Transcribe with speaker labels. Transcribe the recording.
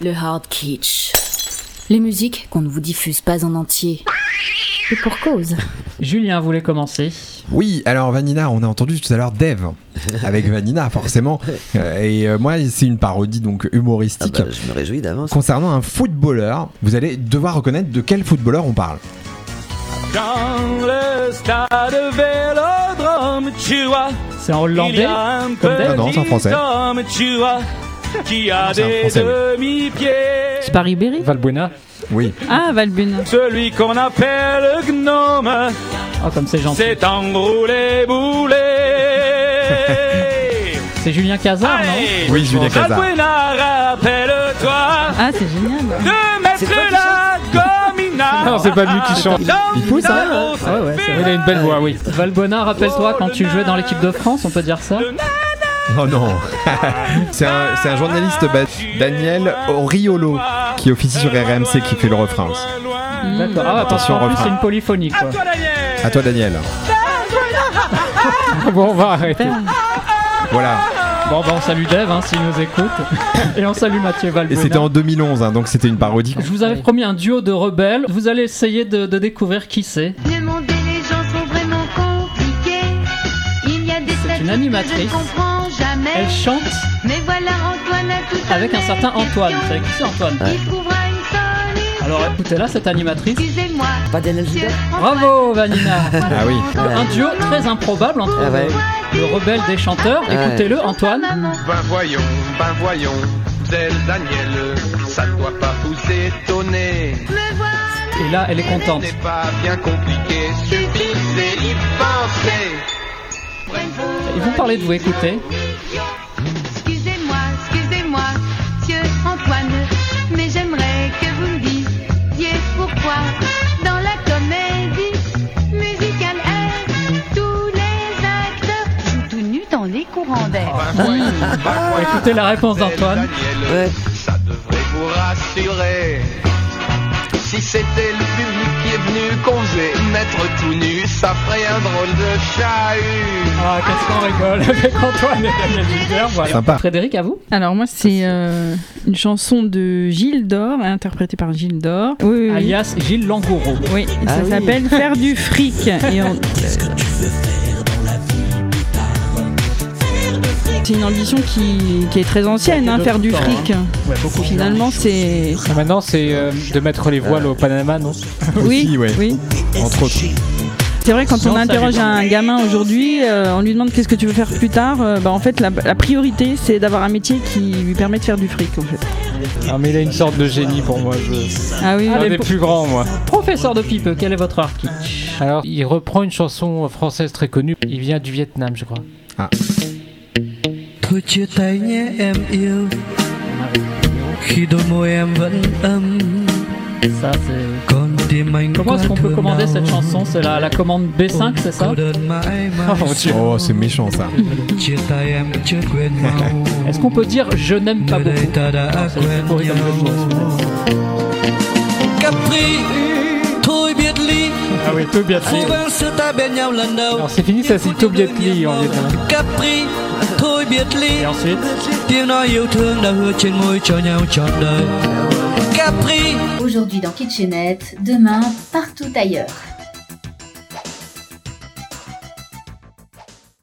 Speaker 1: Le hard kitsch. Les musiques qu'on ne vous diffuse pas en entier. Et pour cause.
Speaker 2: Julien voulait commencer.
Speaker 3: Oui, alors Vanina, on a entendu tout à l'heure Dev avec Vanina, forcément. Euh, Et euh, moi, c'est une parodie donc
Speaker 4: Ah
Speaker 3: humoristique.
Speaker 4: bah, je me réjouis d'avance.
Speaker 3: Concernant un footballeur, vous allez devoir reconnaître de quel footballeur on parle.
Speaker 5: Dans le stade Vélodrome, tu vois,
Speaker 2: C'est en
Speaker 5: il y
Speaker 2: hollandais
Speaker 5: a un
Speaker 2: comme d'hab.
Speaker 3: Ah non, c'est en
Speaker 5: petit
Speaker 3: français.
Speaker 5: homme, tu vois, qui a
Speaker 3: c'est en
Speaker 5: des
Speaker 3: français, oui.
Speaker 5: demi-pieds.
Speaker 6: C'est pas Ribéry
Speaker 2: Valbuena.
Speaker 3: Oui.
Speaker 6: Ah, Valbune.
Speaker 5: Celui qu'on appelle Gnome
Speaker 2: Oh, comme c'est gentil.
Speaker 5: s'est enroulé boulé.
Speaker 2: C'est Julien Cazard, Ah, non
Speaker 5: Allez,
Speaker 3: Oui, Julien Cazard.
Speaker 5: Valbuena, rappelle-toi
Speaker 6: Ah, c'est génial.
Speaker 5: de
Speaker 4: C'est toi
Speaker 5: mettre
Speaker 4: qui
Speaker 5: la gomina.
Speaker 7: Non, c'est pas
Speaker 3: Ah,
Speaker 7: lui qui chante.
Speaker 3: Il pousse, hein
Speaker 2: Ah ouais, c'est
Speaker 7: Il a une belle voix, oui.
Speaker 2: Valbuena,
Speaker 5: Oh,
Speaker 2: rappelle-toi quand tu jouais dans l'équipe de France, on peut dire ça
Speaker 3: Oh non C'est un, c'est un journaliste, bah, Daniel Oriolo, qui officie sur RMC, qui fait le refrain aussi.
Speaker 2: D'accord. Ah,
Speaker 3: Attention,
Speaker 2: en plus,
Speaker 3: refrain.
Speaker 2: c'est une polyphonie, quoi.
Speaker 3: À toi, Daniel.
Speaker 7: Bon, on va arrêter.
Speaker 3: Voilà.
Speaker 2: Bon, bah, on salue Dev, hein, s'il nous écoute. Et on salue Mathieu
Speaker 3: Et
Speaker 2: Valbuena.
Speaker 3: c'était en 2011, hein, donc c'était une parodie.
Speaker 2: Je vous avais promis un duo de rebelles. Vous allez essayer de, de découvrir qui c'est.
Speaker 8: Le monde et les gens sont vraiment compliqués. Il y a des
Speaker 2: C'est une
Speaker 8: statues que
Speaker 2: animatrice.
Speaker 8: Je comprends jamais.
Speaker 2: Elle chante
Speaker 8: Mais voilà Antoine a tout
Speaker 2: avec un certain Antoine. Vous savez qui c'est Antoine
Speaker 8: Il trouvera une solution.
Speaker 2: Alors écoutez-là, cette animatrice.
Speaker 8: Excusez-moi.
Speaker 4: Pas Daniel
Speaker 8: monsieur
Speaker 4: Gilbert
Speaker 8: Antoine.
Speaker 2: Bravo, Vanina
Speaker 3: Ah oui.
Speaker 2: Un duo très improbable entre
Speaker 4: Ah ouais.
Speaker 2: le rebelle des chanteurs.
Speaker 4: Ouais.
Speaker 2: Écoutez-le, Antoine.
Speaker 9: Ben voyons, ben voyons, Del Daniel, ça doit pas vous étonner.
Speaker 2: Et là, elle est
Speaker 9: Ce
Speaker 2: contente.
Speaker 9: n'est pas bien compliqué, suffisait d'y penser.
Speaker 2: Ils vont parler de vous, écoutez.
Speaker 8: Excusez-moi, excusez-moi, monsieur Antoine. Mais j'aimerais que vous me disiez pourquoi dans la comédie musicale, elle, tous les acteurs jouent tout nus dans les courants d'air.
Speaker 9: Ben voyons,
Speaker 2: Hmm.
Speaker 9: ben voyons,
Speaker 2: Écoutez la réponse
Speaker 9: Del
Speaker 2: d'Antoine.
Speaker 9: Daniel,
Speaker 4: Ouais.
Speaker 9: ça devrait vous rassurer. Si c'était le public qui est venu qu'on faisait mettre tout nu, ça ferait un drôle de chahut.
Speaker 2: Ah, qu'est-ce qu'on rigole avec Antoine et Daniel Gilbert, voilà.
Speaker 3: Sympa.
Speaker 2: Frédéric, à vous
Speaker 6: Alors, moi, c'est euh, une chanson de Gilles Dor, interprétée par Gilles Dor. Oui, oui, oui.
Speaker 2: Alias Gilles Langoureau.
Speaker 6: Oui,
Speaker 4: Ah
Speaker 6: ça
Speaker 4: oui.
Speaker 6: s'appelle Faire du fric. Et on- C'est une ambition qui, qui est très ancienne, hein,
Speaker 2: de
Speaker 6: faire du
Speaker 2: temps,
Speaker 6: fric.
Speaker 2: Ouais, beaucoup.
Speaker 6: Finalement, c'est.
Speaker 7: Et Maintenant, c'est euh, de mettre les voiles au Panama, non
Speaker 6: Oui,
Speaker 3: ouais.
Speaker 6: oui.
Speaker 3: Entre autres.
Speaker 6: C'est vrai, quand
Speaker 2: Non,
Speaker 6: on
Speaker 2: ça
Speaker 6: interroge
Speaker 2: dépend.
Speaker 6: un gamin aujourd'hui, euh, on lui demande qu'est-ce que tu veux faire plus tard. euh, bah, en fait, la, la priorité, c'est d'avoir un métier qui lui permet de faire du fric. En fait.
Speaker 7: Ah, mais il a une sorte de génie pour moi. Je...
Speaker 6: Ah oui,
Speaker 7: Un
Speaker 2: mais
Speaker 7: des
Speaker 2: pour-
Speaker 7: plus grands, moi.
Speaker 2: Professeur de pipe, quel est votre art kitsch
Speaker 7: Alors, il reprend une chanson française très connue. Il vient du Vietnam, je crois.
Speaker 10: Thôi chia tay nhé em yêu Khi đôi môi em vẫn ấm
Speaker 2: Ça, c'est...
Speaker 10: Còn tim anh
Speaker 2: Comment
Speaker 10: quá
Speaker 2: est-ce qu'on peut
Speaker 10: thương
Speaker 2: commander
Speaker 10: đau.
Speaker 2: cette chanson C'est la, la commande B5, c'est ça
Speaker 10: Cô đơn mãi mãi
Speaker 3: Oh, c'est méchant ça.
Speaker 10: Chia tay em chưa quên mau
Speaker 2: Est-ce qu'on peut dire je n'aime pas
Speaker 10: Nơi đây
Speaker 2: beaucoup
Speaker 10: ta đã
Speaker 2: c'est
Speaker 10: quen
Speaker 2: pourri
Speaker 10: nhau
Speaker 2: comme le jour,
Speaker 10: Capri Thôi biết ly
Speaker 7: Ah oui, tout bien
Speaker 10: Phố vắng xưa ta bên nhau lần đầu
Speaker 7: Alors, c'est fini, ça, c'est tout bien Lee en Vietnam.
Speaker 10: Capri Thôi biết ly
Speaker 2: Et ensuite,
Speaker 10: Tiếng nói yêu thương đã hứa trên môi cho nhau trọn đời Capri
Speaker 8: Aujourd'hui dans Kitchenette, demain partout ailleurs.